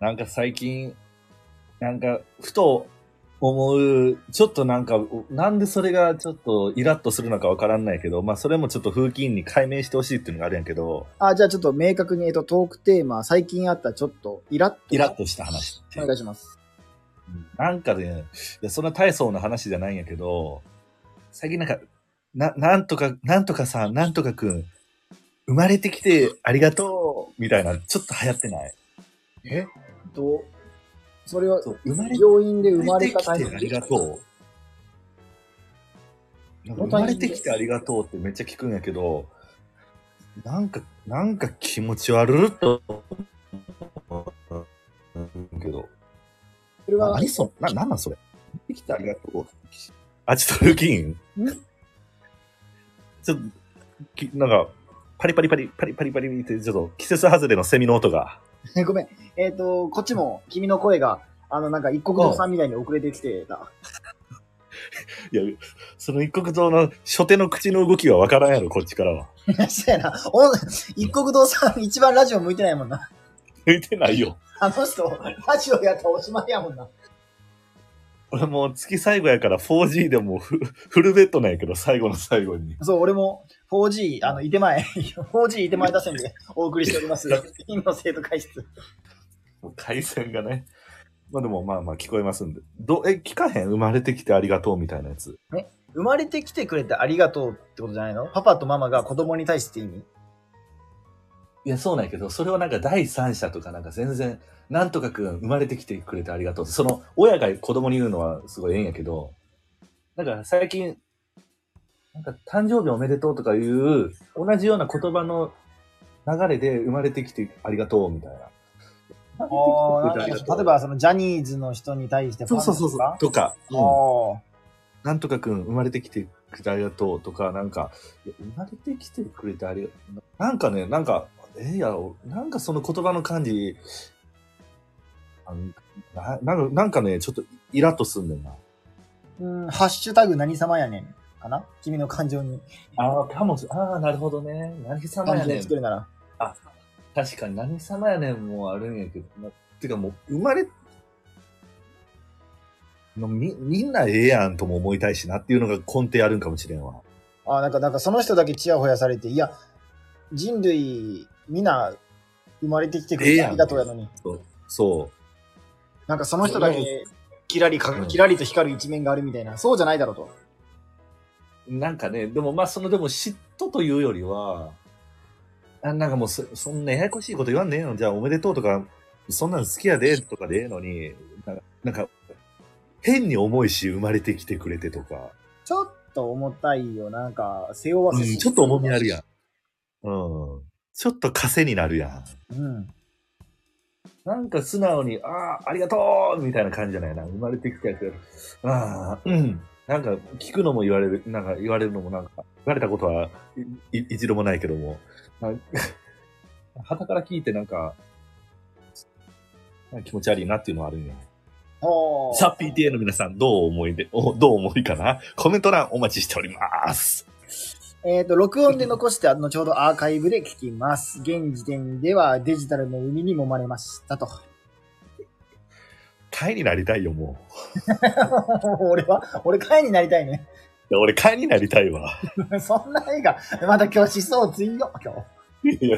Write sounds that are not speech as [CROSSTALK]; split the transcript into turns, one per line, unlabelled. なんか最近、なんか、ふと思う、ちょっとなんか、なんでそれがちょっとイラッとするのかわからんないけど、まあそれもちょっと風紀委員に解明してほしいっていうのがあるんやけど、
あ、じゃあちょっと明確に、えっと、トークテーマ、最近あったちょっとイラッと。
イラッとした話ってい
お
う
願いします。
なんかね、いやそんな大層な話じゃないんやけど、最近なんか、な、なんとか、なんとかさん、なんとかくん、生まれてきてありがとう、みたいな、ちょっと流行ってない。
えっと、それは、
そう、生まれ
病院で生まれた
生ま
タイ
れ
ミ
てきて
ン
あり
グ
がとう。なんか生まれてきてありがとうってめっちゃ聞くんやけど、なんか、なんか気持ち悪っと思うけど。
それは
何、そな、なんなんそれ。できてありがとう。あ、ちょっとルキンちょっと、きなんか、パリパリパリ、パリパリパリって、ちょっと季節外れのセミの音が。
[LAUGHS] ごめん。えっ、と、こっちも君の声が、あの、なんか一国堂さんみたいに遅れてきてた。 [LAUGHS]
いや、その一国堂の初手の口の動きはわからんやろ、こっちからは。
いや、そうやな。お一国堂さん一番ラジオ向いてないもんな。
向いてないよ。
あの人、ラジオやったらおしまいやもんな。
俺もう月最後やから 4G でもうフ [LAUGHS] フルベッドなんやけど、最後の最後に。
そう、俺も 4G、あの、いてまえ。4G いてまえ打線でお送りしてお
[LAUGHS]
ります。院の生徒会室。
もう回線がね。まあでもまあまあ聞こえますんで。ど、え、聞かへん生まれてきてありがとうみたいなやつ。
生まれてきてくれてありがとうってことじゃないのパパとママが子供に対して意味
いや、そうなんやけど、それをなんか第三者とかなんか全然、なんとかくん生まれてきてくれてありがとう。その、親が子供に言うのはすごいええんやけど、なんか最近、なんか誕生日おめでとうとかいう、同じような言葉の流れで生まれてきてありがとうみたいな。
あーなんか例えば、そのジャニーズの人に対してファン
そう
の
そうそうそ
人
うと
が。
か、うん
あ
なんとかくん生まれてきてくれてありがとうとか、なんか、いや生まれてきてくれてありがなんかね、なんか、えいや、なんかその言葉の感じ、あななんかなんかね、ちょっとイラッとすんねんな。
ーうん、ハッシュタグ何様やねんかな君の感情に。
ああ、かもし、ああ、なるほどね。何様
感
や
情
ね
に
ん
つ。けるなら。
あ、確かに何様やねんもあるんやけど。まてかもう、生まれ、のみ、みんなええやんとも思いたいしなっていうのが根底あるんかもしれんわ。
あーなんか、なんかその人だけチヤホヤされて、いや、人類、皆生まれてきてくれてありがとうやのに。
そう。
なんかその人だけ、キラリか、キラリと光る一面があるみたいな。そうじゃないだろうと。
なんかね、でもまあそのでも嫉妬というよりは、あなんかもうそそんなややこしいこと言わんねえの、じゃあおめでとうとか、そんなん好きやでとかでええのに、なんか、なんか変に重いし生まれてきてくれてとか、
ちょっと重たいよ。なんか、背負わせ、
うんちょっと重みあるやん。うん。ちょっと枷になるやん。
ん。うん。
なんか素直に、ああ、ありがとうみたいな感じじゃないな。生まれてきたやつがああ、うん。なんか、聞くのも言われる、なんか言われるのもなんか、言われたことはいい一度もないけども。なんか [LAUGHS] 旗から聞いてなんか、なんか気持ち悪いなっていうのはあるんや。
おー
さあ、PTA の皆さん、どう思いで、おどう思いかなコメント欄お待ちしております。
えっ、と、録音で残して、後ほどアーカイブで聞きます。現時点ではデジタルの海に揉まれましたと。 [LAUGHS]
会になりたいよ、もう。
俺は、俺、会になりたいね。 [LAUGHS]
いや俺、会になりたいわ。
そんな映画、また今日思想強いよ、今日。
いや